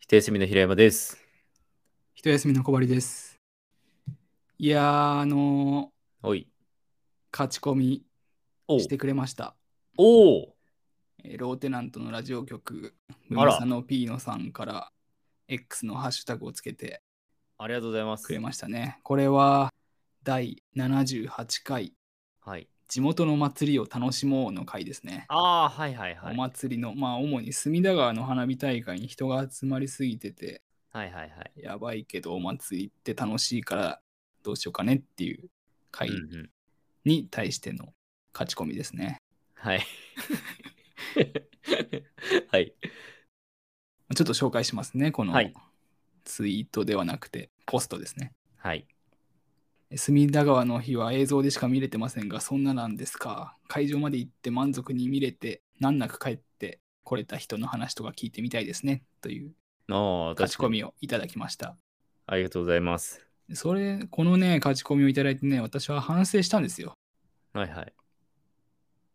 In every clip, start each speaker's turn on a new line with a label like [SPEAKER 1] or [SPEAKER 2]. [SPEAKER 1] 一休みの平山です。
[SPEAKER 2] 一休みの小針です。いやー、あのー
[SPEAKER 1] おい。
[SPEAKER 2] 勝ち込み
[SPEAKER 1] おう
[SPEAKER 2] してくれました。
[SPEAKER 1] おう
[SPEAKER 2] えーローテナントのラジオ局、
[SPEAKER 1] あ
[SPEAKER 2] ム
[SPEAKER 1] ら
[SPEAKER 2] ムサノピーノさんから X のハッシュタグをつけて
[SPEAKER 1] ありがとうございます。
[SPEAKER 2] くれましたね。これは第78回、
[SPEAKER 1] はい。
[SPEAKER 2] 地元の祭りを楽しもうの回ですね。
[SPEAKER 1] ああ、はいはいはい。
[SPEAKER 2] お
[SPEAKER 1] はい
[SPEAKER 2] 祭りの、まあ主に隅田川の花火大会に人が集まりすぎてて、
[SPEAKER 1] はいはい。
[SPEAKER 2] やばいけどお祭りって楽しいからどうしようかねっていう回
[SPEAKER 1] うんうん、
[SPEAKER 2] に対しての勝ち込みですね。
[SPEAKER 1] はい。 はい。
[SPEAKER 2] ちょっと紹介しますね、この
[SPEAKER 1] はい
[SPEAKER 2] ツイートではなくて、ポストですね。
[SPEAKER 1] はい。
[SPEAKER 2] 隅田川の日は映像でしか見れてませんが、そんななんですか。会場まで行って満足に見れて、難なく帰ってこれた人の話とか聞いてみたいですね、という
[SPEAKER 1] ああ、
[SPEAKER 2] 勝ち込
[SPEAKER 1] み。
[SPEAKER 2] みをいただきました。
[SPEAKER 1] ありがとうございます。
[SPEAKER 2] それ、このね、勝ち込みをいただいてね、私は反省したんですよ。
[SPEAKER 1] はいはい。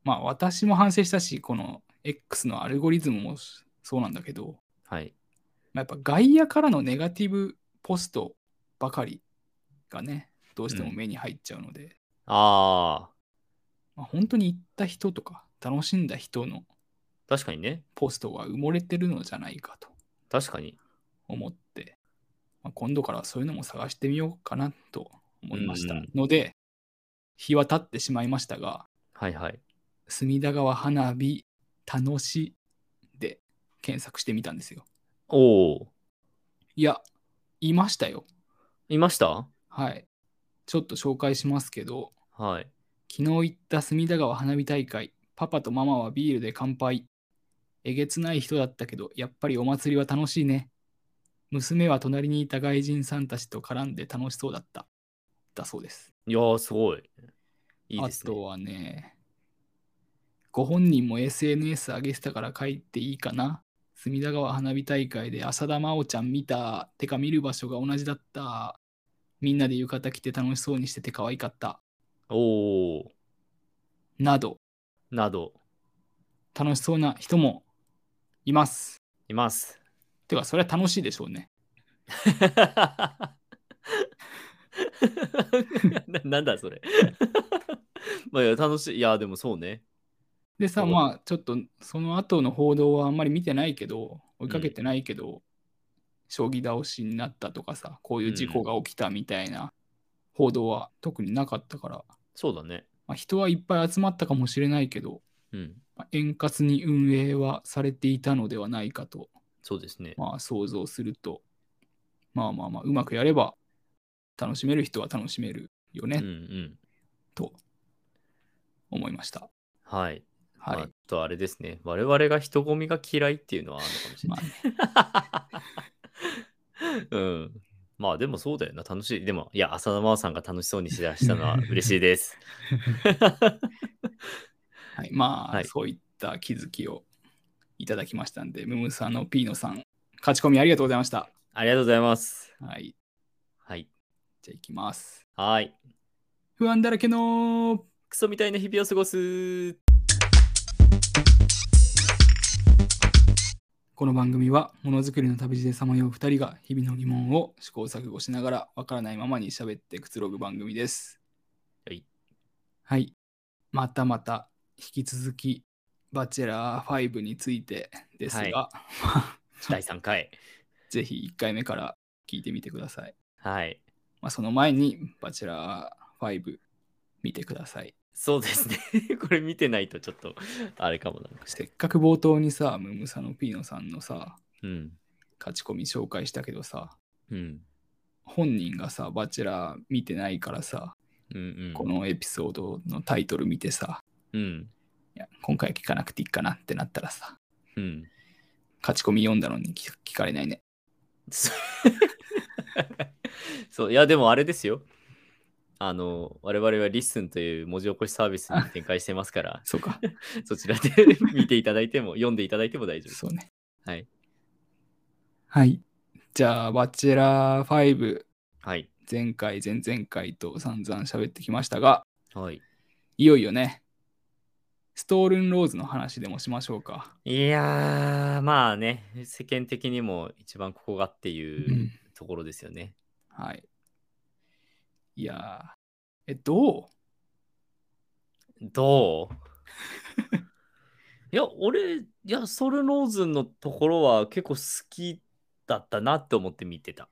[SPEAKER 2] まあ、私も反省したし、この X のアルゴリズムもそうなんだけど、
[SPEAKER 1] はい。
[SPEAKER 2] まあ、やっぱ外野からのネガティブポストばかりがね、どうしても目に入っちゃうので、
[SPEAKER 1] ああ、
[SPEAKER 2] まあ、本当に行った人とか、楽しんだ人の
[SPEAKER 1] 確かにね。
[SPEAKER 2] ポストが埋もれてるのじゃないかと
[SPEAKER 1] 確かに。
[SPEAKER 2] 思って、まあ、今度からそういうのも探してみようかなと思いました
[SPEAKER 1] うんうん
[SPEAKER 2] ので、日は経ってしまいましたが、
[SPEAKER 1] はいはい。
[SPEAKER 2] 隅田川花火楽しで検索してみたんですよ。
[SPEAKER 1] おお。
[SPEAKER 2] いや、いましたよ。
[SPEAKER 1] いました
[SPEAKER 2] はい。ちょっと紹介しますけど、
[SPEAKER 1] はい。
[SPEAKER 2] 昨日行った隅田川花火大会、パパとママはビールで乾杯。えげつない人だったけど、やっぱりお祭りは楽しいね。娘は隣にいた外人さんたちと絡んで楽しそうだった。だそうです。
[SPEAKER 1] いやー、すごい。いいです
[SPEAKER 2] あと
[SPEAKER 1] ね。
[SPEAKER 2] はね、ご本人も SNS 上げてたから書いていいかな。隅田川花火大会で浅田真央ちゃん見た。てか見る場所が同じだった。みんなで浴衣着て楽しそうにしてて可愛かった。
[SPEAKER 1] おお。
[SPEAKER 2] など、
[SPEAKER 1] など、
[SPEAKER 2] 楽しそうな人もいます。
[SPEAKER 1] います。
[SPEAKER 2] てか、それは楽しいでしょうね。
[SPEAKER 1] ななんだそれまあいや楽しいいやでもそうね
[SPEAKER 2] でさ、
[SPEAKER 1] そう
[SPEAKER 2] まあ、ちょっとその後の報道はあんまり見てないけど、追いかけてないけど、将棋倒しになったとかさ、こういう事故が起きたみたいな報道は特になかったから、
[SPEAKER 1] そうだね
[SPEAKER 2] まあ、人はいっぱい集まったかもしれないけど、
[SPEAKER 1] うん
[SPEAKER 2] まあ円滑に運営はされていたのではないかと、
[SPEAKER 1] そうですね
[SPEAKER 2] まあ、想像すると、まあまあまあ、うまくやれば、楽しめる人は楽しめるよね、
[SPEAKER 1] うんうん
[SPEAKER 2] と思いました。
[SPEAKER 1] はい、
[SPEAKER 2] はい。
[SPEAKER 1] まあ、あとあれですね我々が人混みが嫌いっていうのはあるのかもしれ
[SPEAKER 2] ま
[SPEAKER 1] ない
[SPEAKER 2] あ、ね、
[SPEAKER 1] うんまあでもそうだよな楽しいでもいや浅田真央さんが楽しそうにしてらしたの は嬉しいです
[SPEAKER 2] はい、まあ、
[SPEAKER 1] はい
[SPEAKER 2] そういった気づきをいただきましたんで、ムムさんのピーノさん、勝ち込みありがとうございました。
[SPEAKER 1] ありがとうございます
[SPEAKER 2] はい。
[SPEAKER 1] はい
[SPEAKER 2] じゃあ、いきます。
[SPEAKER 1] はい
[SPEAKER 2] 不安だらけの
[SPEAKER 1] クソみたいな日々を過ごす
[SPEAKER 2] この番組は、ものづくりの旅路でさまよう2人が、日々の疑問を試行錯誤しながら、わからないままに喋ってくつろぐ番組です。
[SPEAKER 1] はい。
[SPEAKER 2] はい。またまた、引き続き、バチェラー5についてですが、
[SPEAKER 1] はい
[SPEAKER 2] まあ
[SPEAKER 1] 第3回
[SPEAKER 2] ぜひ1回目から聞いてみてください。
[SPEAKER 1] はい
[SPEAKER 2] まあ、その前に、バチェラー5見てください。
[SPEAKER 1] そうですね これ見てないとちょっとあれかもな
[SPEAKER 2] せっかく冒頭にさ、ムムサノピーノさんのさ、
[SPEAKER 1] うん
[SPEAKER 2] 勝ち込み紹介したけどさ、
[SPEAKER 1] うん
[SPEAKER 2] 本人がさ、バチェラー見てないからさ、
[SPEAKER 1] うんうん
[SPEAKER 2] このエピソードのタイトル見てさ、
[SPEAKER 1] うん
[SPEAKER 2] いや今回は聞かなくていいかなってなったらさ、
[SPEAKER 1] うん
[SPEAKER 2] 勝ち込み読んだのに聞聞かれないね。
[SPEAKER 1] そ そういやでもあれですよあの我々はリッスンという文字起こしサービスに展開してますから
[SPEAKER 2] そうか、
[SPEAKER 1] そちらで 見ていただいても読んでいただいても大丈夫です
[SPEAKER 2] そうね。
[SPEAKER 1] はい
[SPEAKER 2] はい。じゃあ、バチェラー5、
[SPEAKER 1] はい
[SPEAKER 2] 前回、前々回と散々喋ってきましたが、
[SPEAKER 1] はい
[SPEAKER 2] いよいよね、ストールンローズの話でもしましょうか。
[SPEAKER 1] いやー、まあね、世間的にも一番ここがっていうところですよね。
[SPEAKER 2] はい。いやー、え、ど
[SPEAKER 1] どう いや、俺、いや、ソルノーズンのところは結構好きだったなって思って見てた。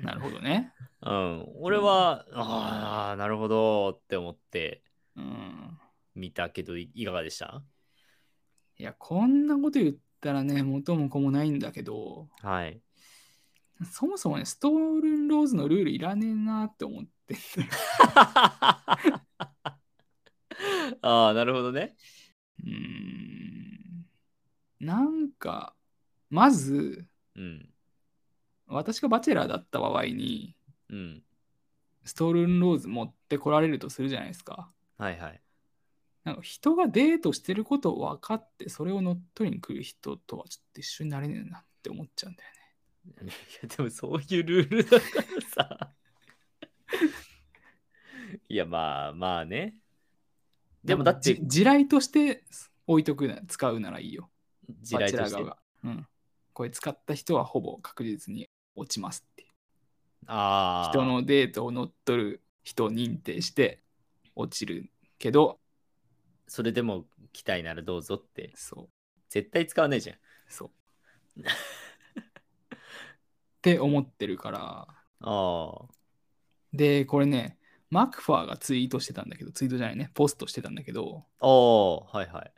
[SPEAKER 2] うなるほどね。
[SPEAKER 1] うん、俺は、ああ、なるほどって思って
[SPEAKER 2] うん。
[SPEAKER 1] 見たけど、いいかがでした
[SPEAKER 2] いや、こんなこと言ったらね、元も子もないんだけど、
[SPEAKER 1] はい。
[SPEAKER 2] そもそもね、ストールンローズのルールいらねえなって思って。
[SPEAKER 1] あ あ、なるほどね。
[SPEAKER 2] うん。なんか、まず、
[SPEAKER 1] うん。
[SPEAKER 2] 私がバチェラーだった場合に、
[SPEAKER 1] うん。
[SPEAKER 2] ストールンローズ持ってこられるとするじゃないですか。
[SPEAKER 1] はいはい。
[SPEAKER 2] なんか人がデートしてることを分かって、それを乗っ取りに来る人とはちょっと一緒になれねえなって思っちゃうんだよね。
[SPEAKER 1] いや、でもそういうルールだからさ。 いや、まあまあね。でもだっ
[SPEAKER 2] じ
[SPEAKER 1] て、
[SPEAKER 2] 地雷として置いとくな、使うならいいよ。
[SPEAKER 1] 地雷と
[SPEAKER 2] バ
[SPEAKER 1] し
[SPEAKER 2] チ
[SPEAKER 1] て
[SPEAKER 2] ェラー。側が。うん。これ使った人はほぼ確実に落ちますっていう。
[SPEAKER 1] ああ。
[SPEAKER 2] 人のデートを乗っ取る人を認定して落ちるけど、
[SPEAKER 1] それでも来たいならどうぞって。
[SPEAKER 2] そう、
[SPEAKER 1] 絶対使わないじゃん。
[SPEAKER 2] そう。って思ってるから。
[SPEAKER 1] ああ。
[SPEAKER 2] で、これね、マクファーがツイートしてたんだけど、ツイートじゃないね、ポストしてたんだけど、
[SPEAKER 1] ああ、はいはい。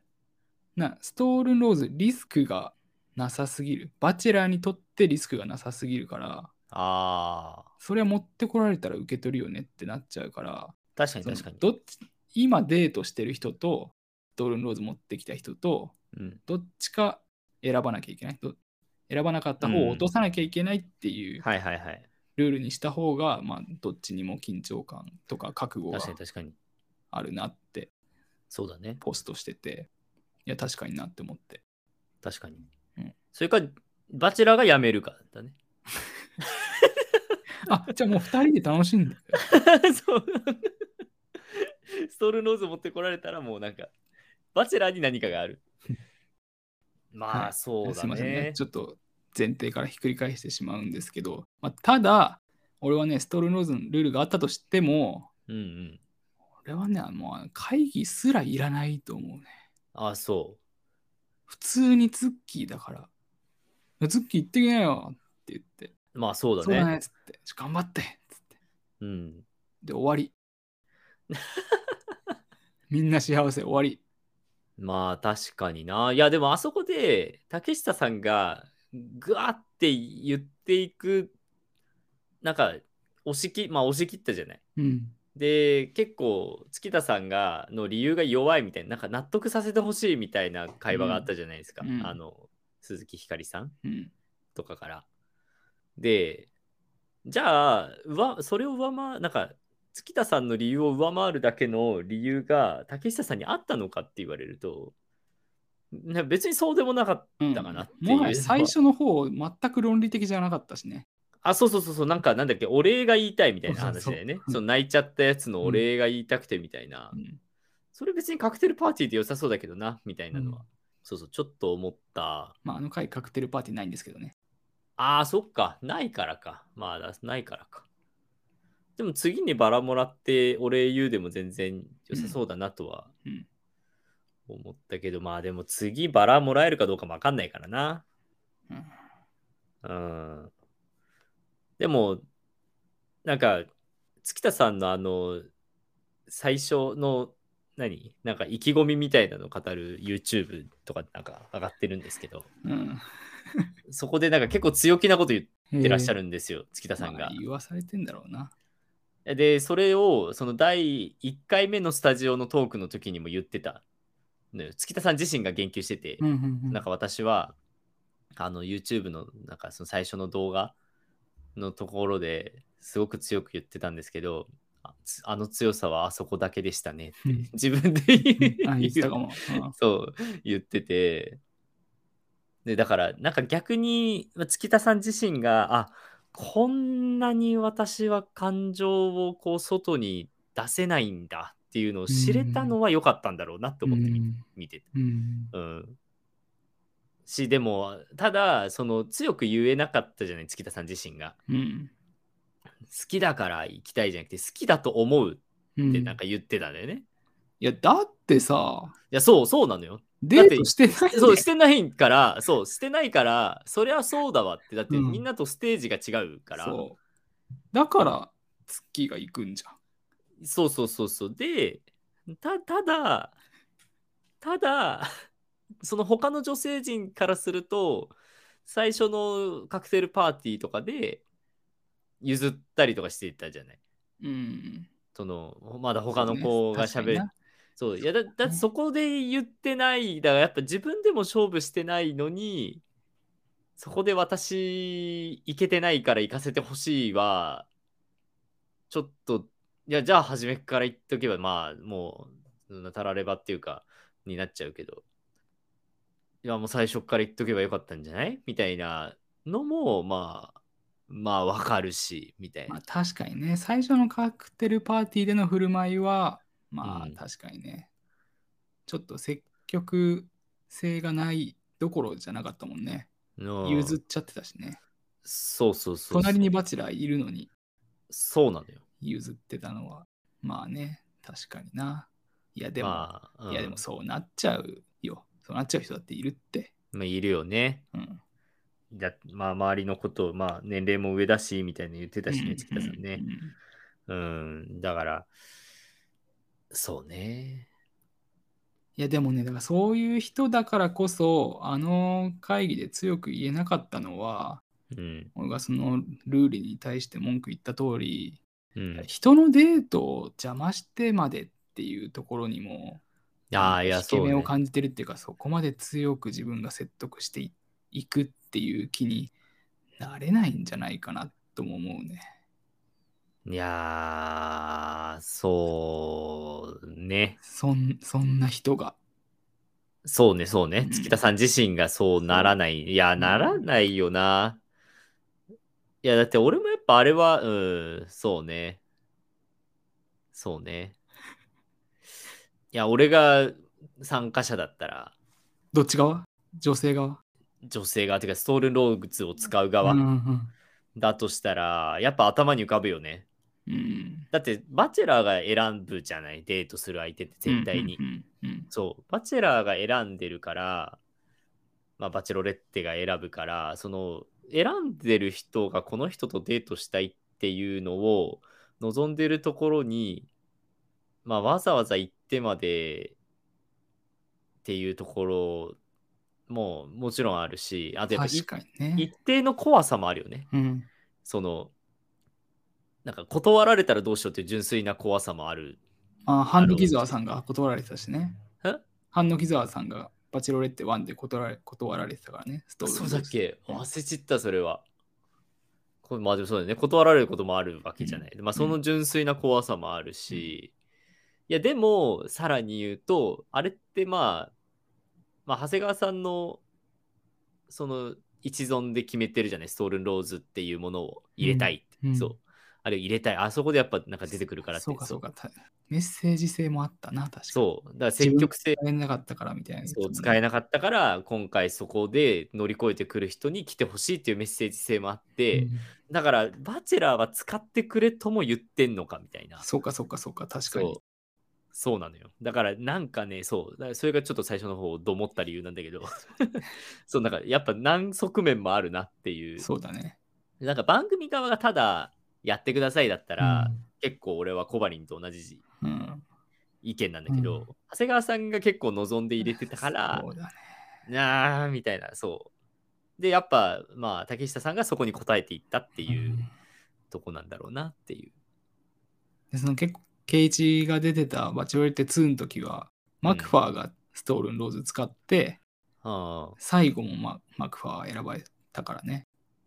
[SPEAKER 2] なストールンローズ、リスクがなさすぎる。バチェラーにとってリスクがなさすぎるから、
[SPEAKER 1] ああ。
[SPEAKER 2] それは持ってこられたら受け取るよねってなっちゃうから、
[SPEAKER 1] 確かに
[SPEAKER 2] その
[SPEAKER 1] 確かに。
[SPEAKER 2] どっち今デートしてる人と、ストールンローズ持ってきた人と、
[SPEAKER 1] うん、
[SPEAKER 2] どっちか選ばなきゃいけない。ど選ばなかった方を落とさなきゃいけないっていう
[SPEAKER 1] はいはいはい。
[SPEAKER 2] ルールにした方が、まあ、どっちにも緊張感とか覚悟が
[SPEAKER 1] 確かに確かに。
[SPEAKER 2] あるなって
[SPEAKER 1] そうだね。
[SPEAKER 2] ポストしてて、いや、確かになって思って。
[SPEAKER 1] 確かに。
[SPEAKER 2] うん
[SPEAKER 1] それか、バチェラーが辞めるかだね。
[SPEAKER 2] あ、じゃあもう2人で楽しんで。
[SPEAKER 1] そう。ストールノーズ持ってこられたらもうなんか、バチェラーに何かがあ る。ま
[SPEAKER 2] は
[SPEAKER 1] あ、そう
[SPEAKER 2] す
[SPEAKER 1] だ
[SPEAKER 2] いませんね
[SPEAKER 1] ね。。
[SPEAKER 2] ちょっと前提からひっくり返してしまうんですけど、まあ、ただ、俺はね、ストールノーズのルールがあったとしても、
[SPEAKER 1] うんうん。
[SPEAKER 2] 俺はね、もうあの会議すらいらないと思うね。
[SPEAKER 1] ああ、そ
[SPEAKER 2] 普通にツッキーだから、ツッキー行ってきなよって言って、
[SPEAKER 1] う。まあ、そうだ
[SPEAKER 2] そう
[SPEAKER 1] ね。
[SPEAKER 2] だねっつって、ちょ頑張ってっつって、
[SPEAKER 1] うん。
[SPEAKER 2] で、終 わり。みんな幸せ、終わり。
[SPEAKER 1] まあ確かにな。いやでもあそこで竹下さんがグワーって言っていくなんか押し切まあ押し切ったじゃない。
[SPEAKER 2] うん。
[SPEAKER 1] で結構月田さんがの理由が弱いみたいななんか納得させてほしいみたいな会話があったじゃないですか、
[SPEAKER 2] うんうん
[SPEAKER 1] あの鈴木ひかりさん
[SPEAKER 2] うん。
[SPEAKER 1] とかから。でじゃあ上それを上回なんか月田さんの理由を上回るだけの理由が竹下さんにあったのかって言われるとね別にそうでもなかっ
[SPEAKER 2] うん
[SPEAKER 1] たかなっていう、
[SPEAKER 2] もはや最初の方、全く論理的じゃなかったしね。
[SPEAKER 1] あそうそうそうそうなんかなんだっけお礼が言いたいみたいな話だよね
[SPEAKER 2] そう
[SPEAKER 1] その泣いちゃったやつのお礼が言いたくてみたいな、
[SPEAKER 2] うん
[SPEAKER 1] それ別にカクテルパーティーで良さそうだけどなみたいなのは、
[SPEAKER 2] うん
[SPEAKER 1] そうそうちょっと思った
[SPEAKER 2] まあ、あの回、カクテルパーティーないんですけどね。
[SPEAKER 1] ああ、そっか。ないからか。まあ、だないからか。でも次にバラもらってお礼言うでも全然良さそうだなとは
[SPEAKER 2] うん
[SPEAKER 1] 思ったけど、まあでも次バラもらえるかどうかもわかんないからな。
[SPEAKER 2] う
[SPEAKER 1] う
[SPEAKER 2] ん
[SPEAKER 1] ん。でも、なんか、月田さんのあの、最初の、何なんか意気込みみたいなのを語る YouTube とかなんか上がってるんですけど、
[SPEAKER 2] うん。
[SPEAKER 1] そこでなんか結構強気なこと言って
[SPEAKER 2] 出
[SPEAKER 1] ってらっしゃ
[SPEAKER 2] る
[SPEAKER 1] るんですよ、月田さんが。
[SPEAKER 2] 言わされてんだろうな。
[SPEAKER 1] で、それをその第1回目のスタジオのトークの時にも言ってたのよ。月田さん自身が言及してて、
[SPEAKER 2] うんうんうん
[SPEAKER 1] なんか私はあの YouTube のなんかその最初の動画のところですごく強く言ってたんですけど、あつあの強さはあそこだけでしたねって
[SPEAKER 2] うん
[SPEAKER 1] 自分で言う
[SPEAKER 2] あ言ってたかも。うん
[SPEAKER 1] そう言っててでだからなんか逆にまあ月田さん自身があこんなに私は感情をこう外に出せないんだっていうのを知れたのは良かったんだろうなって思って見,、
[SPEAKER 2] うん
[SPEAKER 1] 見てて。
[SPEAKER 2] うん
[SPEAKER 1] うん、しでもただその強く言えなかったじゃない月田さん自身が。
[SPEAKER 2] うん
[SPEAKER 1] 好きだから行きたいじゃなくて好きだと思う
[SPEAKER 2] う
[SPEAKER 1] って
[SPEAKER 2] ん
[SPEAKER 1] なんか言ってたんだよね。い
[SPEAKER 2] いやだってさ
[SPEAKER 1] やそうそうなのよ。
[SPEAKER 2] デートしてない
[SPEAKER 1] そう
[SPEAKER 2] し
[SPEAKER 1] してないからそうしてないからそりゃそうだわってだって
[SPEAKER 2] うん
[SPEAKER 1] みんなとステージが違うから、
[SPEAKER 2] そうだからツッキーが行くんじゃん
[SPEAKER 1] そうそうそうそうでたただただ その他の女性陣からすると最初のカクテルパーティーとかで譲ったりとかしていったじゃない
[SPEAKER 2] うん
[SPEAKER 1] そのまだ他の子が喋
[SPEAKER 2] 確かに
[SPEAKER 1] る
[SPEAKER 2] な
[SPEAKER 1] そういやだだってそこで言ってないだからやっぱ自分でも勝負してないのにそこで私行けてないから行かせてほしいはちょっといやじゃあ初めから言っとけばまあもうそんなたらればっていうかになっちゃうけどいやもう最初から言っとけばよかったんじゃないみたいなのもまあまあわかるしみたい
[SPEAKER 2] ま
[SPEAKER 1] な
[SPEAKER 2] あ、確かにね最初のカクテルパーティーでの振る舞いはま
[SPEAKER 1] うん
[SPEAKER 2] あ確かにね、ちょっと積極性がないどころじゃなかったもんね
[SPEAKER 1] の
[SPEAKER 2] 譲っちゃってたしね
[SPEAKER 1] そうそうそうそう
[SPEAKER 2] 隣にバチェラーいるのに
[SPEAKER 1] そうなのよ
[SPEAKER 2] 譲ってたのはまあね確かにないやでも、
[SPEAKER 1] まあうん
[SPEAKER 2] いやでもそうなっちゃうよそうなっちゃう人だっているって
[SPEAKER 1] まあ、いるよね。
[SPEAKER 2] うん
[SPEAKER 1] だまあ、周りのことを、まあ、年齢も上だし、みたいなの言ってたしね、月田さんね
[SPEAKER 2] う。う
[SPEAKER 1] うん、だから、そうね。
[SPEAKER 2] いやでもねだからそういう人だからこそあの会議で強く言えなかったのは
[SPEAKER 1] うん。
[SPEAKER 2] 俺がそのルールに対して文句言った通り、
[SPEAKER 1] うん、
[SPEAKER 2] 人のデートを邪魔してまでっていうところにも
[SPEAKER 1] ああ、いや、
[SPEAKER 2] 引け
[SPEAKER 1] そう、
[SPEAKER 2] 目を
[SPEAKER 1] ね。
[SPEAKER 2] 感じてるっていうかそこまで強く自分が説得していいくっていう気になれないんじゃないかなとも思うね。
[SPEAKER 1] いやー、そうね。
[SPEAKER 2] そんそんな人が。
[SPEAKER 1] そうね、そうね
[SPEAKER 2] う。ん
[SPEAKER 1] 月田さん自身がそうならない。いや、
[SPEAKER 2] ん
[SPEAKER 1] ならないよな。いや、だって俺もやっぱあれは、うん、そうね。そうね。いや、俺が参加者だったら、
[SPEAKER 2] どっち側女性側
[SPEAKER 1] 女性側、てかストールローグツを使う
[SPEAKER 2] うんう
[SPEAKER 1] 側
[SPEAKER 2] ん
[SPEAKER 1] だとしたら、やっぱ頭に浮かぶよね。
[SPEAKER 2] うん
[SPEAKER 1] だって、バチェラーが選ぶじゃない、デートする相手って絶対に
[SPEAKER 2] う。んうんうん
[SPEAKER 1] そう、バチェラーが選んでるから、まあ、バチェロレッテが選ぶから、その、選んでる人がこの人とデートしたいっていうのを望んでるところに、まあ、わざわざ行ってまでっていうところももちろんあるし、あとやっぱ
[SPEAKER 2] 確
[SPEAKER 1] い
[SPEAKER 2] かにね。
[SPEAKER 1] 一定の怖さもあるよね。
[SPEAKER 2] うん
[SPEAKER 1] その、なんか断られたらどうしようっていう純粋な怖さもある。
[SPEAKER 2] あ、ハンノキザワさんが断られてたしね。
[SPEAKER 1] え
[SPEAKER 2] ハンノキザワさんがバチェロレッテ1で断られ断られてたからね。ストーリー
[SPEAKER 1] そうだっけ忘れちった、それは。これまあでもそうだよね。断られることもあるわけじゃない。まあその純粋な怖さもあるし。いや、でも、さらに言うと、あれってまあ、まあ、長谷川さんの、その、一存で決めてるじゃない、ストールンローズっていうものを入れたいって。
[SPEAKER 2] うんうん
[SPEAKER 1] そう。あれ入れたい。あそこでやっぱなんか出てくるからって。
[SPEAKER 2] そうかそうか。たメッセージ性もあったな、確かに。
[SPEAKER 1] そう。だから積極性
[SPEAKER 2] 使えなかったからみたいな。
[SPEAKER 1] そう使えなかったから今回そこで乗り越えてくる人に来てほしいっていうメッセージ性もあって、
[SPEAKER 2] うん
[SPEAKER 1] だから「バチェラーは使ってくれ」とも言ってんのかみたいな
[SPEAKER 2] そうかそうかそうか、確か
[SPEAKER 1] そう
[SPEAKER 2] に。
[SPEAKER 1] そうなのよだからなんかねそうだからそれがちょっと最初の方どもった理由なんだけ どそうなんかやっぱ何側面もあるなっていう
[SPEAKER 2] そうだね。
[SPEAKER 1] なんか番組側がただやってくださいだったら、
[SPEAKER 2] うん
[SPEAKER 1] 結構俺はコバリンと同じ
[SPEAKER 2] うん。
[SPEAKER 1] 意見なんだけど、
[SPEAKER 2] うん
[SPEAKER 1] 長谷川さんが結構望んで入れてたから
[SPEAKER 2] そうだね。
[SPEAKER 1] なあみたいなそうでやっぱまあ竹下さんがそこに答えていったっていう
[SPEAKER 2] うん
[SPEAKER 1] とこなんだろうなっていう、
[SPEAKER 2] でその結構、ケイチが出てたバチェロレッテ2の時は、マクファーがストールンローズ使って、
[SPEAKER 1] あ
[SPEAKER 2] 最後もママクファーは選ばれたからね。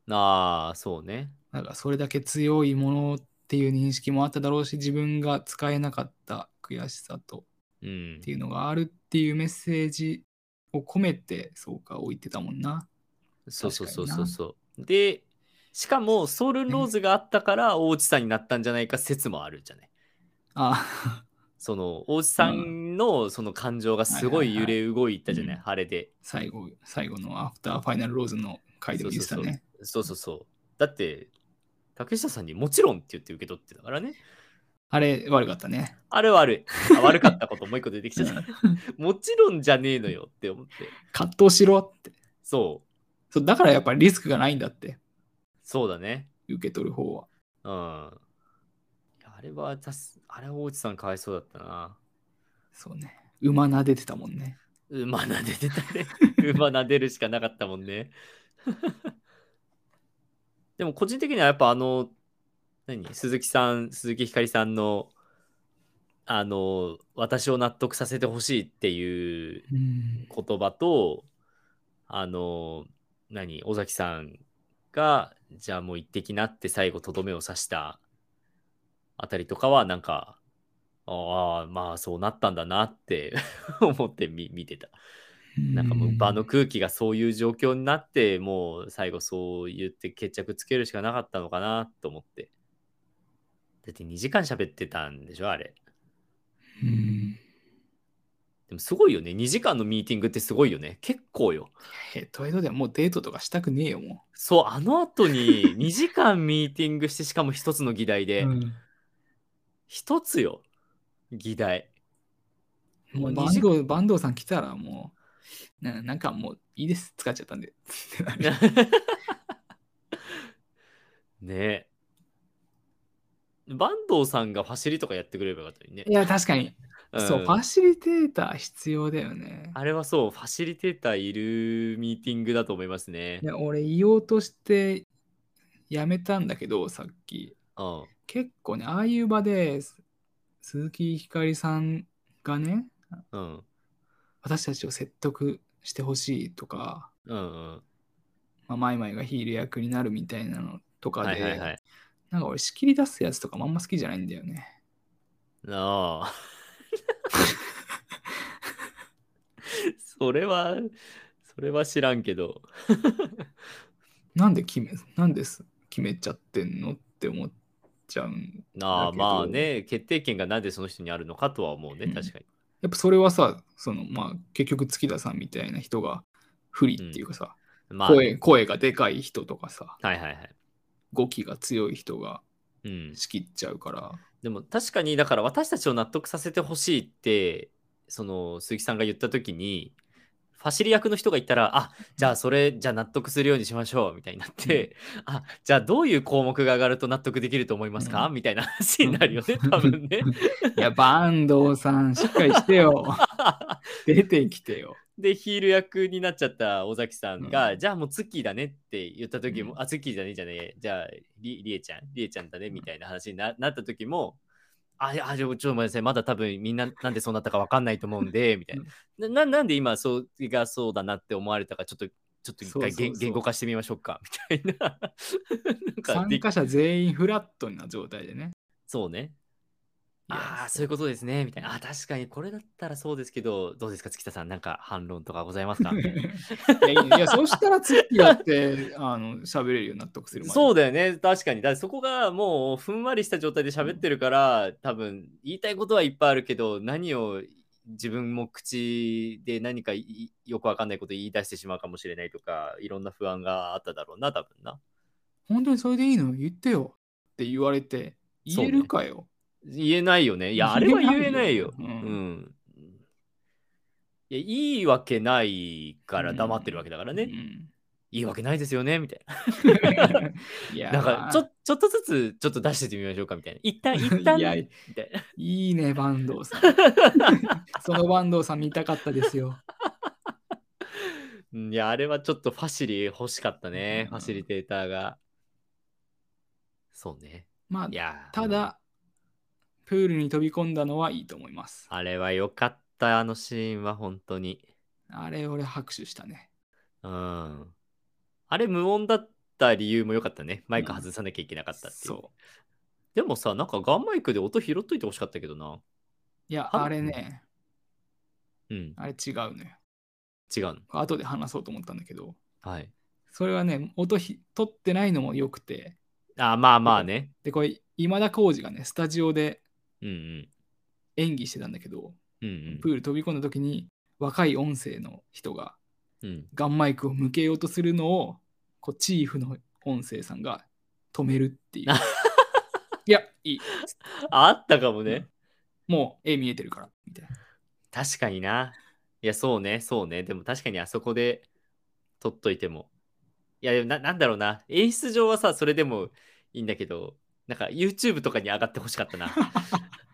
[SPEAKER 1] ああーそうね
[SPEAKER 2] なんかそれだけ強いものっていう認識もあっただろうし自分が使えなかった悔しさと
[SPEAKER 1] うん
[SPEAKER 2] っていうのがあるっていうメッセージを込めてそうか置いてたもんな。
[SPEAKER 1] そうそうそう
[SPEAKER 2] 確
[SPEAKER 1] そう
[SPEAKER 2] かにな
[SPEAKER 1] そうでしかもソウルンローズがあったから王子さんになったんじゃないか説もあるじゃない
[SPEAKER 2] あ
[SPEAKER 1] その大内さんのその感情がすごい揺れ動いたじゃない、
[SPEAKER 2] うん
[SPEAKER 1] 晴れで。
[SPEAKER 2] 最後、最後のアフターファイナルローズの回でも言ってたね。
[SPEAKER 1] そうそうそう。だって、竹下さんにもちろんって言って受け取ってたからね。
[SPEAKER 2] あれ、悪かったね。
[SPEAKER 1] あれはある。あ悪かったこともう一個出てきちゃった。 もちろんじゃねえのよって思って。
[SPEAKER 2] 葛藤しろって。
[SPEAKER 1] そう。
[SPEAKER 2] そうだからやっぱりリスクがないんだって、
[SPEAKER 1] そうだね。
[SPEAKER 2] 受け取る方は。
[SPEAKER 1] うん。いやあれはたす、あれは大内さんかわいそうだったな。
[SPEAKER 2] そうね。馬撫でてたもんね。
[SPEAKER 1] 馬撫でてたね。馬撫でるしかなかったもんね。 でも個人的にはやっぱあの、何鈴木さん、鈴木ひかりさんの、あの、私を納得させてほしいっていう
[SPEAKER 2] うん。
[SPEAKER 1] 言葉と、あの、何尾崎さんが、じゃあもう行ってきなって最後とどめを刺したあたりとかは、なんか、ああ、まあそうなったんだなって 思ってみ見てた。なんかもう場の空気がそういう状況になって、もう最後そう言って決着つけるしかなかったのかなと思って。だって2時間喋ってたんでしょ、あれ。
[SPEAKER 2] うん。
[SPEAKER 1] でもすごいよね。2時間のミーティングってすごいよね。結構よ。
[SPEAKER 2] ヘトヘトでもうデートとかしたくねえよ、も
[SPEAKER 1] そう、あの後 に2時間ミーティングして、しかも一つの議題
[SPEAKER 2] う。
[SPEAKER 1] で、一、つよ、議題。
[SPEAKER 2] も
[SPEAKER 1] もう二
[SPEAKER 2] うバン
[SPEAKER 1] 時
[SPEAKER 2] ドバンドさん来たらもうな、なんかもういいです、使っちゃったんで。つってなる
[SPEAKER 1] ねえ。坂東さんがファシリとかやってくれればよかったのにね
[SPEAKER 2] い。や、確かに。そう、
[SPEAKER 1] ん
[SPEAKER 2] ファシリテーター必要だよね。
[SPEAKER 1] あれはそう、ファシリテーターいるミーティングだと思いますね
[SPEAKER 2] い。や俺言おうとしてやめたんだけどさっき
[SPEAKER 1] うん。
[SPEAKER 2] 結構ねああいう場です鈴木ひかりさんがね
[SPEAKER 1] うん。
[SPEAKER 2] 私たちを説得してほしいとか、
[SPEAKER 1] うん。
[SPEAKER 2] まあ、マイマイがヒール役になるみたいなのと
[SPEAKER 1] うん。
[SPEAKER 2] かで、
[SPEAKER 1] はいはいはい。
[SPEAKER 2] なんか俺仕切り出すやつとかもあんま好きじゃないんだよね
[SPEAKER 1] あ あ。それは、それは知らんけど。
[SPEAKER 2] なんで決めなんです決めちゃってんのって思っちゃうん
[SPEAKER 1] あ
[SPEAKER 2] だ
[SPEAKER 1] あ
[SPEAKER 2] けど
[SPEAKER 1] まあね、決定権がなんでその人にあるのかとは思うね、
[SPEAKER 2] うん
[SPEAKER 1] 確かに。
[SPEAKER 2] やっぱそれはさそのまあ結局月田さんみたいな人が不利っていうかさ、
[SPEAKER 1] まあ、
[SPEAKER 2] 声声がでかい人とかさ
[SPEAKER 1] はいはいはい。
[SPEAKER 2] 語気が強い人が
[SPEAKER 1] うん、
[SPEAKER 2] 仕切っちゃうから、
[SPEAKER 1] でも確かにだから私たちを納得させてほしいってその鈴木さんが言った時にファシリ役の人がいたらあじゃあそれじゃあ納得するようにしましょうみたいになって、あじゃあどういう項目が上がると納得できると思いますか、
[SPEAKER 2] う
[SPEAKER 1] みたいな話になるよね多分 ね。
[SPEAKER 2] いや坂東さんしっかりしてよ 出てきてよ
[SPEAKER 1] でヒール役になっちゃった尾崎さんが、
[SPEAKER 2] うん
[SPEAKER 1] じゃあもうツッキーだねって言った時も、
[SPEAKER 2] う
[SPEAKER 1] あツッキーじゃねえじゃねえじゃありりえちゃんりえちゃんだねみたいな話にななった時もあいやあちょちょっとごめんなさいまだ多分みんななんでそうなったか分かんないと思うんでみたいなななんで今そうがそうだなって思われたかちょっとちょっと一回
[SPEAKER 2] そうそう
[SPEAKER 1] 言
[SPEAKER 2] そう
[SPEAKER 1] 言語化してみましょうか みたいななんか
[SPEAKER 2] 参
[SPEAKER 1] で
[SPEAKER 2] 加者全員フラットな状態でね
[SPEAKER 1] そうね
[SPEAKER 2] いや
[SPEAKER 1] ああそういうことですねみたいなあー確かにこれだったらそうですけどどうですか月田さんなんか反論とかござい ますかみたいな
[SPEAKER 2] いやいやいやそしたら月だって あの喋れるよう納得するまで
[SPEAKER 1] そうだよね確かにだってそこがもうふんわりした状態で喋ってるから、多分言いたいことはいっぱいあるけど何を自分も口で何かいいよくわかんないこと言い出してしまうかもしれないとかいろんな不安があっただろうな多分な
[SPEAKER 2] 本当にそれでいいの言ってよって言われて言えるかよ、
[SPEAKER 1] 言えないよねいやあれは言えないよ
[SPEAKER 2] 言えないよ
[SPEAKER 1] う
[SPEAKER 2] うん
[SPEAKER 1] ん、いやいいわけないから黙ってるわけだからね、
[SPEAKER 2] う
[SPEAKER 1] い
[SPEAKER 2] ん
[SPEAKER 1] いわけないですよねみたいない
[SPEAKER 2] や
[SPEAKER 1] なんかちょちょっとずつちょっと出してってみましょうかみたいな一旦一旦
[SPEAKER 2] いや
[SPEAKER 1] みたいない
[SPEAKER 2] いね坂東 さんその坂東さん見たかったですよ
[SPEAKER 1] うんいや、あれはちょっとファシリ欲しかったね、
[SPEAKER 2] うん
[SPEAKER 1] ファシリテーターが。そうね。
[SPEAKER 2] まあ
[SPEAKER 1] いや、
[SPEAKER 2] た
[SPEAKER 1] うん
[SPEAKER 2] だ、プールに飛び込んだのはいいと思います。
[SPEAKER 1] あれは良かった、あのシーンは本当に。
[SPEAKER 2] あれ、俺拍手したね。
[SPEAKER 1] うん。あれ無音だった理由も良かったね。マイク外さなきゃいけなかったっていう。
[SPEAKER 2] そう。
[SPEAKER 1] でもさ、なんかガンマイクで音拾っといて欲しかったけどな。
[SPEAKER 2] いや、
[SPEAKER 1] は
[SPEAKER 2] あれね、
[SPEAKER 1] うん、
[SPEAKER 2] あれ違うのよ。
[SPEAKER 1] 違うの。
[SPEAKER 2] 後で話そうと思ったんだけど、
[SPEAKER 1] はい。
[SPEAKER 2] それはね、音ひ取ってないのも良くて、
[SPEAKER 1] あ、まあまあね。
[SPEAKER 2] で、これ、今田耕司がね、スタジオで
[SPEAKER 1] うんうん。
[SPEAKER 2] 演技してたんだけど、
[SPEAKER 1] うん
[SPEAKER 2] プール飛び込んだ時に若い音声の人が
[SPEAKER 1] うん。うん。
[SPEAKER 2] ガンマイクを向けようとするのをこうチーフの音声さんが止めるっ ていう。いや、いい。
[SPEAKER 1] ああったかもね。
[SPEAKER 2] うんもう絵見えてるから。みたいな。
[SPEAKER 1] 確かにな。いや、そうね、そうね。でも確かにあそこで撮っといても。いや、でもななんだろうな。演出上はさ、それでもいいんだけど、なんか YouTube とかに上がってほしかった な。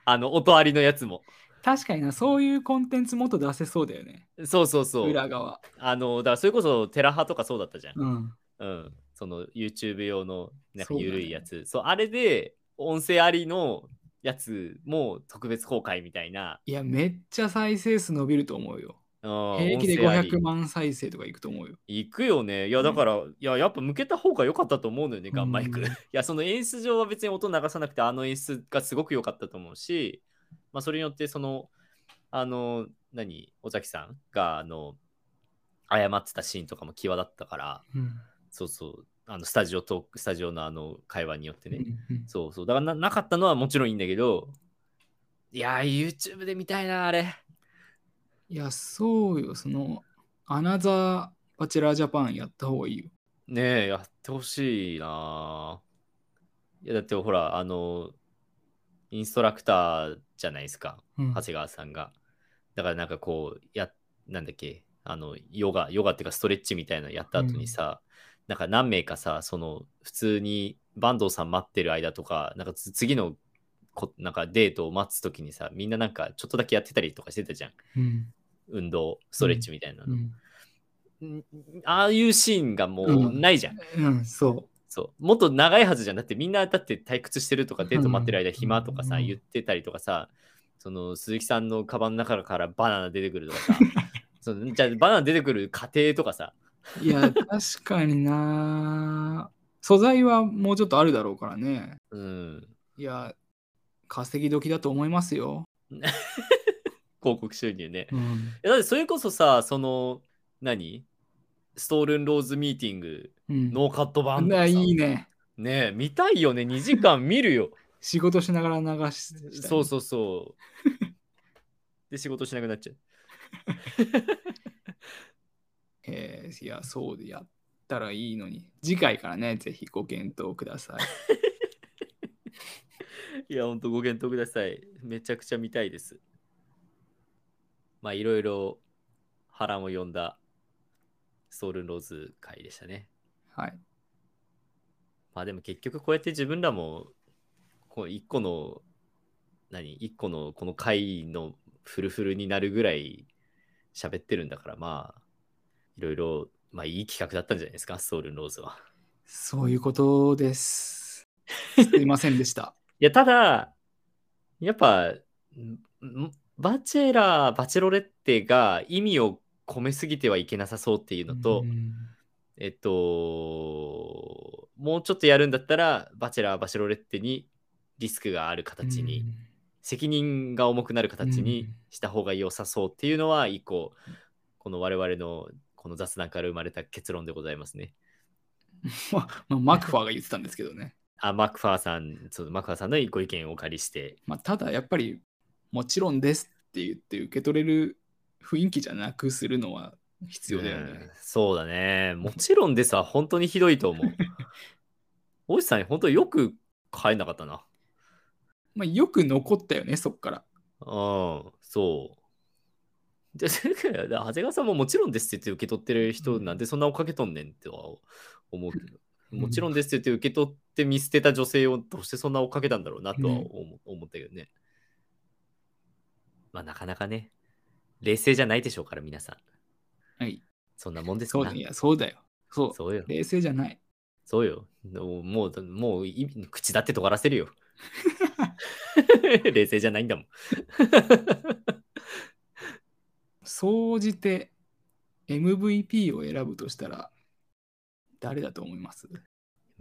[SPEAKER 1] あの、音ありのやつも。
[SPEAKER 2] 確かにな、そういうコンテンツもっと出せそうだよね。
[SPEAKER 1] そうそうそう。
[SPEAKER 2] 裏側。
[SPEAKER 1] あの、だからそれこそテラハとかそうだったじゃん。
[SPEAKER 2] うん。
[SPEAKER 1] うん。その YouTube 用のなんか
[SPEAKER 2] そうだね
[SPEAKER 1] 緩いやつ。そう,、あれで音声ありのやつも特別公開みたいな。
[SPEAKER 2] いや、めっちゃ再生数伸びると思うよ。
[SPEAKER 1] うん
[SPEAKER 2] 平気で
[SPEAKER 1] 音声あり
[SPEAKER 2] 500万再生とかいくと思うよ。
[SPEAKER 1] 行くよね。いや、だから、いや、やっぱ向けた方が良かったと思うのよね、ガンマイク。
[SPEAKER 2] うん
[SPEAKER 1] いや、その演出上は別に音流さなくて、あの演出がすごく良かったと思うし、まあ、それによって、その、あの、何、尾崎さんが、あの、謝ってたシーンとかも際立ったから、
[SPEAKER 2] うん。
[SPEAKER 1] そうそう、あの、スタジオトーク、スタジオのあの、会話によってね。
[SPEAKER 2] うん
[SPEAKER 1] そうそう、だからな、なかったのはもちろんいいんだけど、いやー、YouTube で見たいな、あれ。
[SPEAKER 2] いや、そうよ。その、アナザーバチェラージャパンやった方がいいよ。
[SPEAKER 1] ねえ、やってほしいなぁ。いや、だってほら、あの、インストラクターじゃないですか、
[SPEAKER 2] うん
[SPEAKER 1] 長谷川さんが。だからなんかこう、や、なんだっけ、あの、ヨガ、ヨガっていうかストレッチみたいなのやった後にさ、なんか何名かさ、その、普通に坂東さん待ってる間とか、なんかつ次のこ、なんかデートを待つ時にさ、みんななんかちょっとだけやってたりとかしてたじゃん。
[SPEAKER 2] うん
[SPEAKER 1] 運動、ストレッチみたいな
[SPEAKER 2] う
[SPEAKER 1] の。
[SPEAKER 2] ん
[SPEAKER 1] んああいうシーンがもうないじゃん。
[SPEAKER 2] うん、そう。
[SPEAKER 1] そう。もっと長いはずじゃん。だってみんなだって退屈してるとか、デート待ってる間
[SPEAKER 2] うん
[SPEAKER 1] 暇とかさ、
[SPEAKER 2] うん
[SPEAKER 1] 言ってたりとかさ、その鈴木さんのカバンの中からバナナ出てくるとかさ、 そのじゃあバナナ出てくる過程とかさ、
[SPEAKER 2] いや、確かにな。 素材はもうちょっとあるだろうからね。
[SPEAKER 1] うん、
[SPEAKER 2] いや、稼ぎ時だと思いますよ。
[SPEAKER 1] 広告収入ね。い
[SPEAKER 2] うん。
[SPEAKER 1] やだってそれこそさ、その、何ストールンローズミーティング、
[SPEAKER 2] うん、
[SPEAKER 1] ノーカット版とか
[SPEAKER 2] な
[SPEAKER 1] さ
[SPEAKER 2] いいね。
[SPEAKER 1] ねえ見たいよね。2時間見る よ。
[SPEAKER 2] 仕事しながら流し
[SPEAKER 1] そうそうそう。で、仕事しなくなっちゃう。
[SPEAKER 2] う。えーいや、そうでやったらいいのに。次回からね、ぜひご検討くださ い。
[SPEAKER 1] いや、ほんとご検討ください。めちゃくちゃ見たいです。まあ、いろいろ波乱を呼んだソウルンローズ会でしたね。
[SPEAKER 2] はい。
[SPEAKER 1] まあ、でも結局こうやって自分らも、こう一個の、何、一個のこの会のフルフルになるぐらい喋ってるんだから、まあ、いろいろ、まあ、いい企画だったんじゃないですか、ソウルンローズは。
[SPEAKER 2] そういうこと です。すいませんでした。
[SPEAKER 1] いや、ただ、やっぱ、んんバチェラー、バチェロレッテが意味を込めすぎてはいけなさそうっていうのと、
[SPEAKER 2] うん
[SPEAKER 1] えっと、もうちょっとやるんだったら、バチェラー、バチェロレッテにリスクがある形に、責任が重くなる形
[SPEAKER 2] う
[SPEAKER 1] に
[SPEAKER 2] ん
[SPEAKER 1] した方が良さそうっていうのは、一個、この我々のこの雑談から生まれた結論でございますね。
[SPEAKER 2] まあまあ、マクファーが言ってたんですけどね。
[SPEAKER 1] あ、マクファーさん、そのマクファーさんのご意見をお借りして、
[SPEAKER 2] まあ、ただやっぱりもちろんですって言って受け取れる雰囲気じゃなくするのは必要だよ
[SPEAKER 1] う
[SPEAKER 2] ね
[SPEAKER 1] ん。そうだね。もちろんでさ、本当にひどいと 思う。大石さん、本当よく帰んなかったな。
[SPEAKER 2] まあ、よく残ったよね、そっから。
[SPEAKER 1] うん、そう。で、 だから長谷川さんももちろんですって言って受け取ってる人なんでそんな追っかけとんねんっては思うけど、
[SPEAKER 2] うん
[SPEAKER 1] もちろんですって言って受け取って見捨てた女性をどうしてそんな追っかけたんだろうなとは
[SPEAKER 2] ね
[SPEAKER 1] 思思ったけどね。まあ、なかなかね、冷静じゃないでしょうから、皆さん。
[SPEAKER 2] はい。
[SPEAKER 1] そんなもんです
[SPEAKER 2] そ
[SPEAKER 1] か
[SPEAKER 2] うだいやそうだよ。そう。
[SPEAKER 1] そうよ。
[SPEAKER 2] 冷静じゃない。
[SPEAKER 1] そうよ。もう、もう、もうい口だって尖らせるよ。 冷静じゃないんだもん。
[SPEAKER 2] 総じて MVP を選ぶとしたら誰だと思います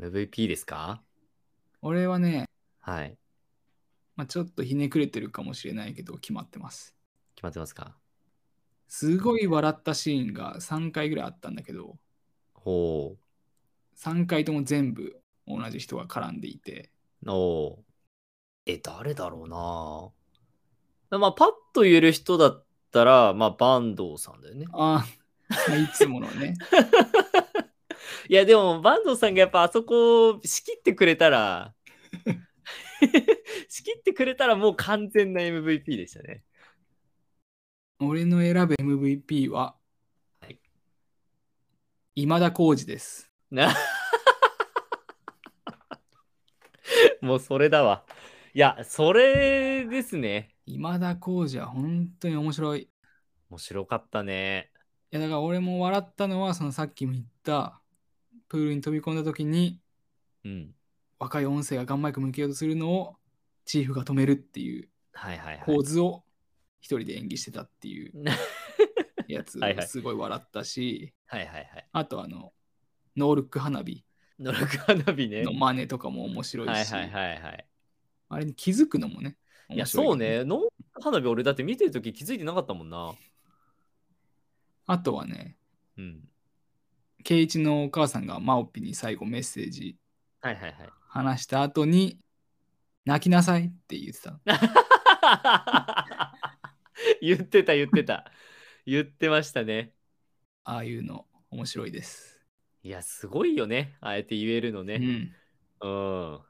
[SPEAKER 1] MVP ですか
[SPEAKER 2] 俺はね、
[SPEAKER 1] はい。
[SPEAKER 2] まあ、ちょっとひねくれてるかもしれないけど決まってます。
[SPEAKER 1] 決まってますか
[SPEAKER 2] すごい笑ったシーンが3回ぐらいあったんだけど
[SPEAKER 1] ほ
[SPEAKER 2] 3回とも全部同じ人が絡んでいて
[SPEAKER 1] う。おうえ、誰だろうなまあ、パッと言える人だったら、まあ、坂東さんだよね。
[SPEAKER 2] ああ、いつものね。
[SPEAKER 1] いや、でも、坂東さんがやっぱあそこを仕切ってくれたら、仕切ってくれたらもう完全な MVP でしたね。
[SPEAKER 2] 俺の選ぶ MVP は、
[SPEAKER 1] はい
[SPEAKER 2] 今田耕司です。
[SPEAKER 1] なもうそれだわ。いや、それですね。
[SPEAKER 2] 今田耕司は本当に面白い。い
[SPEAKER 1] 面白かったね。
[SPEAKER 2] や、だから俺も笑ったのは、そのさっきも言った、プールに飛び込んだ時に、
[SPEAKER 1] うん。
[SPEAKER 2] 若い音声がガンマイク向けようとするのを、チーフが止めるっていう
[SPEAKER 1] はいはいはい
[SPEAKER 2] 構。図を一人で演技してたっていうや つ
[SPEAKER 1] はいはい
[SPEAKER 2] すごい笑ったし、
[SPEAKER 1] はいはいはい。
[SPEAKER 2] あとあの、ノールック花火
[SPEAKER 1] 野良花火ね。
[SPEAKER 2] の真似とかも面白い
[SPEAKER 1] はい
[SPEAKER 2] し、
[SPEAKER 1] はいはいはい。
[SPEAKER 2] あれに気づくのもね、
[SPEAKER 1] いや、
[SPEAKER 2] 面白
[SPEAKER 1] そう
[SPEAKER 2] よ
[SPEAKER 1] ね。の花火俺だって見てるとき気づいてなかったもんな。
[SPEAKER 2] あとはね、
[SPEAKER 1] うん。
[SPEAKER 2] 圭一のお母さんがマオピに最後メッセージ
[SPEAKER 1] はいはいはい。
[SPEAKER 2] 話した後に、泣きなさいって言ってた。
[SPEAKER 1] 言ってた言ってた言ってましたね
[SPEAKER 2] ああいうの面白いです。
[SPEAKER 1] いやすごいよねあえて言えるの
[SPEAKER 2] う
[SPEAKER 1] ね
[SPEAKER 2] ん。
[SPEAKER 1] うん、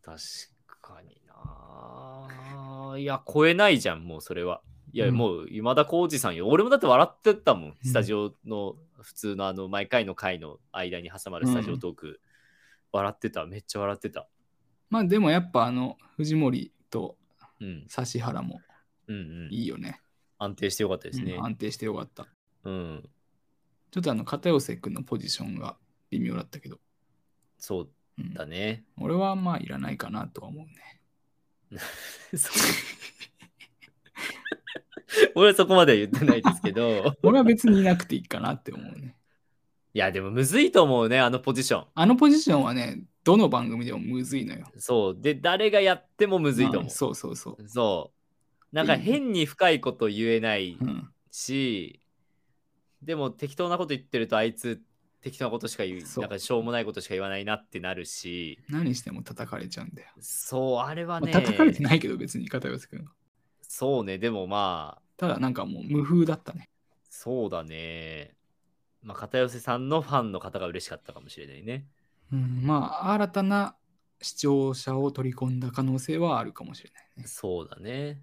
[SPEAKER 1] 確かにないや超えないじゃんもうそれはいや、
[SPEAKER 2] うん
[SPEAKER 1] もう今田耕司さんよ俺もだって笑ってたもん
[SPEAKER 2] ん
[SPEAKER 1] スタジオの普通のあの毎回の回の間に挟まるスタジオトーク、笑ってためっちゃ笑ってた
[SPEAKER 2] まあでもやっぱあの、藤森と
[SPEAKER 1] うん
[SPEAKER 2] 指原も
[SPEAKER 1] うんうん
[SPEAKER 2] いいよね。
[SPEAKER 1] 安定してよかったですね
[SPEAKER 2] うん安定してよかった。
[SPEAKER 1] うん
[SPEAKER 2] ちょっとあの、片寄君のポジションが微妙だったけど、
[SPEAKER 1] そう
[SPEAKER 2] うん
[SPEAKER 1] だね
[SPEAKER 2] 俺はまあいらないかなとは思うね。
[SPEAKER 1] そう 俺はそこまでは言ってないですけど
[SPEAKER 2] 俺は別にいなくていいかなって思うね。
[SPEAKER 1] いやでもむずいと思うねあのポジション
[SPEAKER 2] あのポジションはね、どの番組でもむずいのよ。
[SPEAKER 1] そうで誰がやってもむずいと思、
[SPEAKER 2] んそうそうそう。
[SPEAKER 1] そうなんか変に深いこと言えないう
[SPEAKER 2] うん。
[SPEAKER 1] し、でも適当なこと言ってるとあいつ適当なことしか言う
[SPEAKER 2] そう
[SPEAKER 1] なんかしょうもないことしか言わないなってなるし
[SPEAKER 2] 何しても叩かれちゃうんだよ。
[SPEAKER 1] そうあれは
[SPEAKER 2] まあ
[SPEAKER 1] ね、
[SPEAKER 2] 叩かれてないけど別に片寄君が。
[SPEAKER 1] そうねでもまあ
[SPEAKER 2] ただなんかもう無風だったね。
[SPEAKER 1] そうだねまあ片寄さんのファンの方が嬉しかったかもしれないね
[SPEAKER 2] うん、まあ新たな視聴者を取り込んだ可能性はあるかもしれないね。
[SPEAKER 1] そうだね。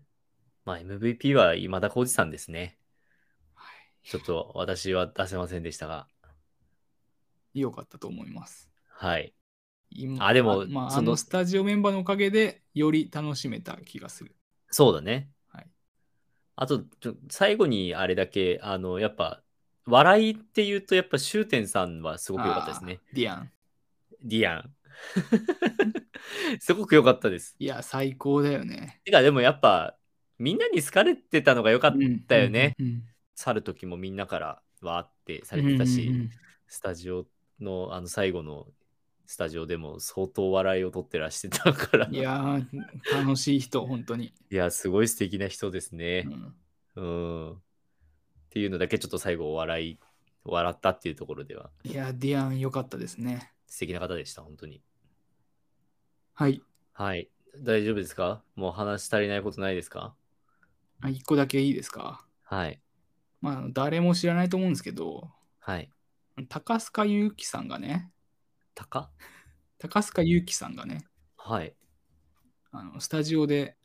[SPEAKER 1] まあ、MVP は今田耕司さんですね。
[SPEAKER 2] は
[SPEAKER 1] ちょっと私は出せませんでしたが。
[SPEAKER 2] い、よかったと思います。
[SPEAKER 1] はい。
[SPEAKER 2] 今
[SPEAKER 1] あでも
[SPEAKER 2] まあ、
[SPEAKER 1] そ
[SPEAKER 2] あ
[SPEAKER 1] の
[SPEAKER 2] のスタジオメンバーのおかげでより楽しめた気がする。
[SPEAKER 1] そうだね。
[SPEAKER 2] はい
[SPEAKER 1] あと、ちょ最後にあれだけ、あの、やっぱ、笑いっていうと、やっぱ、シュウテンさんはすごく良かったですね。
[SPEAKER 2] あー。ディアン。
[SPEAKER 1] ディアン。 すごく良かったです。
[SPEAKER 2] いや、最高だよね。
[SPEAKER 1] てか、でもやっぱ、みんなに好かれてたのが良かった。
[SPEAKER 2] た
[SPEAKER 1] よね。
[SPEAKER 2] うんうん
[SPEAKER 1] 去る時もみんなからわーってされてたし。
[SPEAKER 2] うんうんうん
[SPEAKER 1] スタジオのあの最後のスタジオでも相当笑いを取ってらしてたから
[SPEAKER 2] いやー、楽しい人、本当に。
[SPEAKER 1] いやすごい素敵な人ですね
[SPEAKER 2] う。ん
[SPEAKER 1] うん、っていうのだけちょっと最後お笑い笑ったっていうところではい
[SPEAKER 2] やー、ディアン、良かったですね。
[SPEAKER 1] 素敵な方でした本当に。
[SPEAKER 2] はい。
[SPEAKER 1] はい大丈夫ですかもう話し足りないことないですか
[SPEAKER 2] あ一個だけいいですか。
[SPEAKER 1] はい
[SPEAKER 2] まああの、誰も知らないと思うんですけど、
[SPEAKER 1] はい。
[SPEAKER 2] 高須賀祐希さんがね、
[SPEAKER 1] たか
[SPEAKER 2] 高須賀祐希さんがね、
[SPEAKER 1] はい
[SPEAKER 2] あのスタジオで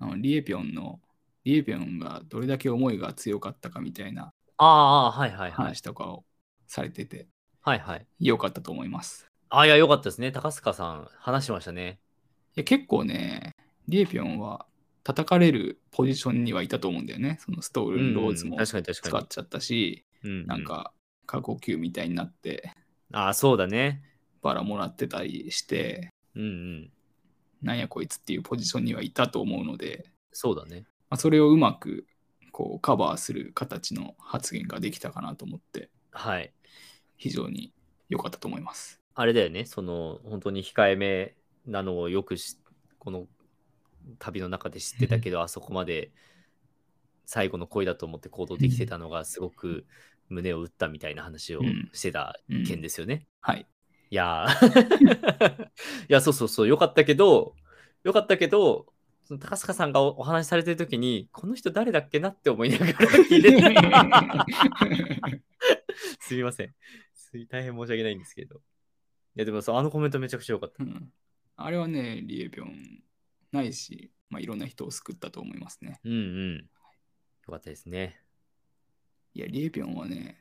[SPEAKER 2] あのリエピョンの、リエピョンがどれだけ思いが強かったかみたいな
[SPEAKER 1] ああはいはいはい
[SPEAKER 2] 話とかをされてて、
[SPEAKER 1] はいはい。
[SPEAKER 2] 良かったと思います。
[SPEAKER 1] ああいやよかったですね高須賀さん話しましたね。
[SPEAKER 2] いや結構ね、リエピョンは叩かれるポジションにはいたと思うんだよね。そのストールンローズ
[SPEAKER 1] う
[SPEAKER 2] も
[SPEAKER 1] ん確かに確
[SPEAKER 2] 使
[SPEAKER 1] か
[SPEAKER 2] っちゃったし、
[SPEAKER 1] に。う
[SPEAKER 2] なん、か過呼吸みたいになって
[SPEAKER 1] ああそうだね。
[SPEAKER 2] バラもらってたりして、
[SPEAKER 1] うんうん
[SPEAKER 2] なんやこいつっていうポジションにはいたと思うので、
[SPEAKER 1] そうだね。
[SPEAKER 2] まあ、それをうまくこうカバーする形の発言ができたかなと思って、
[SPEAKER 1] はい。
[SPEAKER 2] 非常に良かったと思います。
[SPEAKER 1] あれだよね、その、本当に控えめなのをよくし、この旅の中で知ってたけど、あそこまで最後の恋だと思って行動できてたのが、すごく胸を打ったみたいな話を
[SPEAKER 2] うん
[SPEAKER 1] してた
[SPEAKER 2] うん
[SPEAKER 1] 件ですよね。
[SPEAKER 2] はい。
[SPEAKER 1] いやーいや、そうそうそう、よかったけど、よかったけど、その高坂さんがおお話しされてる時に、この人誰だっけなって思いながら聞いてた。すみません。すい大変申し訳ないんですけど。いや、でもそう、あのコメントめちゃくちゃ良かった。
[SPEAKER 2] うんあれはね、リエビョンないし、まあ、いろんな人を救ったと思いますね。
[SPEAKER 1] うんうん。よかったですね。
[SPEAKER 2] いや、リエビョンはね、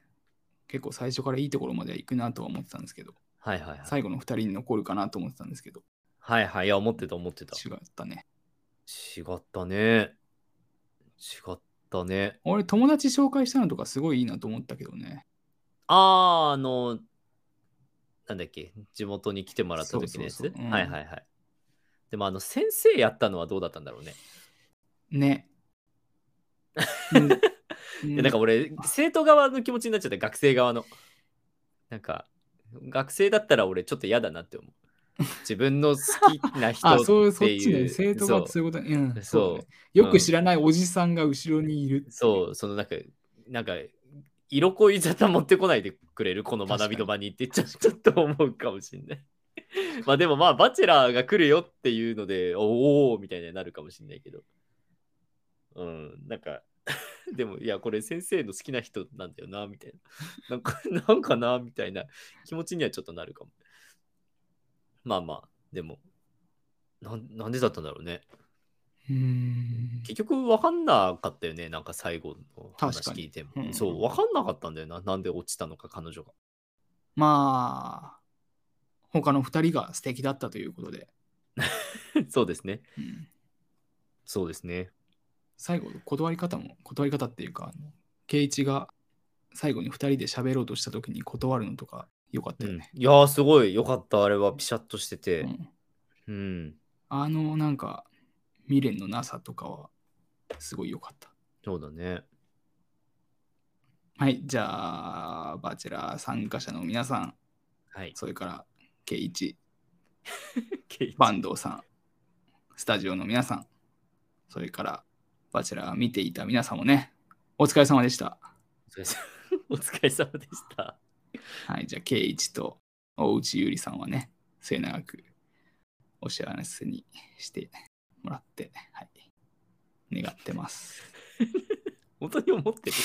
[SPEAKER 2] 結構最初からいいところまでは行くなとは思ってたんですけど、
[SPEAKER 1] はいはいはい。
[SPEAKER 2] 最後の2人に残るかなと思ってたんですけど、
[SPEAKER 1] はいはい。いや、思ってた思ってた。
[SPEAKER 2] 違ったね。
[SPEAKER 1] 違ったね。違ったね。
[SPEAKER 2] 俺、友達紹介したのとかすごいいいなと思ったけどね。
[SPEAKER 1] あー、あの、なんだっけ、地元に来てもらった時のやつ
[SPEAKER 2] そうそうそううん
[SPEAKER 1] はいはいはい。でも、あの、先生やったのはどうだったんだろうね。
[SPEAKER 2] ね。
[SPEAKER 1] いやなんか俺、生徒側の気持ちになっちゃった、学生側の。なんか、学生だったら俺、ちょっと嫌だなって思う。自分の好きな人
[SPEAKER 2] あ、そう、
[SPEAKER 1] っ
[SPEAKER 2] そってち
[SPEAKER 1] いう。
[SPEAKER 2] ね。生徒がそういうことね。うん、
[SPEAKER 1] そう
[SPEAKER 2] だねよく知らないおじさんが後ろにいる。
[SPEAKER 1] そう、そうそのなんか、なんか、色恋沙汰持ってこないでくれる、この学びの場にってちょちょっと思うかもしんない。まあでもまあ、バチェラーが来るよっていうので、おーみたいになるかもしんないけど。うん、なんか、 でも、いや、これ先生の好きな人なんだよな、みたいな。なんか、なんかな、みたいな気持ちにはちょっとなるかも。まあまあ、でも、なんなんでだったんだろうね。
[SPEAKER 2] うーん。
[SPEAKER 1] 結局分かんなかったよね、なんか最後の話
[SPEAKER 2] 確かに
[SPEAKER 1] 聞いても。
[SPEAKER 2] うん
[SPEAKER 1] そう、分かんなかったんだよな、なんで落ちたのか、彼女が。
[SPEAKER 2] まあ、他の2人が素敵だったということで、
[SPEAKER 1] そうですね、
[SPEAKER 2] うん
[SPEAKER 1] そうですね。
[SPEAKER 2] 最後、断り方も、断り方っていうか、あの圭一が最後に2人で喋ろうとした時に断るのとか、よかった
[SPEAKER 1] う
[SPEAKER 2] よ
[SPEAKER 1] ん、い
[SPEAKER 2] ね。
[SPEAKER 1] やー、すごいよかった、あれは、ピシャッとして
[SPEAKER 2] う
[SPEAKER 1] て。
[SPEAKER 2] ん
[SPEAKER 1] うん、
[SPEAKER 2] あの、なんか、未練のなさとかは、すごいよかった。
[SPEAKER 1] そうだね。
[SPEAKER 2] はい、じゃあ、バチェラー参加者の皆さん、
[SPEAKER 1] はい。
[SPEAKER 2] それから、圭一、
[SPEAKER 1] ケ イ
[SPEAKER 2] 坂東さん、スタジオの皆さん、それから、バチェラー見ていた皆さんもね、お疲れ様でした。
[SPEAKER 1] お疲れ様でした。
[SPEAKER 2] はい、じゃあ、圭一と大内ゆりさんはね、末永くお幸せにしてもらって、はい、願ってます。
[SPEAKER 1] 本当に思ってる。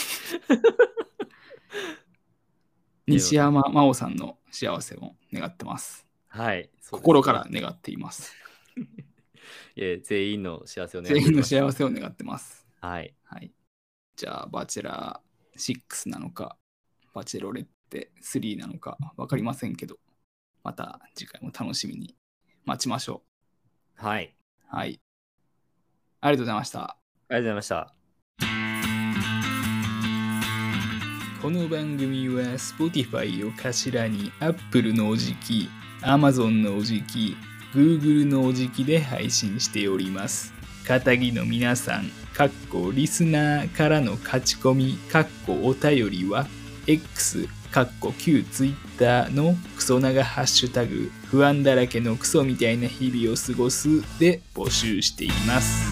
[SPEAKER 2] 西山真央さんの幸せも願ってます。
[SPEAKER 1] はい。そうです
[SPEAKER 2] 心から。願っています。
[SPEAKER 1] いや、全員の幸せをね。
[SPEAKER 2] 全員の幸せを願ってます。
[SPEAKER 1] はい。
[SPEAKER 2] はい。じゃあ、バチェラー6なのか、バチェロレッテ3なのか分かりませんけど、また次回も楽しみに待ちましょ
[SPEAKER 1] はい。
[SPEAKER 2] う。はい。ありがとうございました。
[SPEAKER 1] ありがとうございました。
[SPEAKER 2] この番組は Spotify を頭に Apple のおじき、Amazon のおじき、Google のおじきで配信しております。片木の皆さん、かっこリスナーからの勝ち込み、かっこお便りは X、かっこ旧 Twitter のクソ長ハッシュタグ、不安だらけのクソみたいな日々を過ごすで募集しています。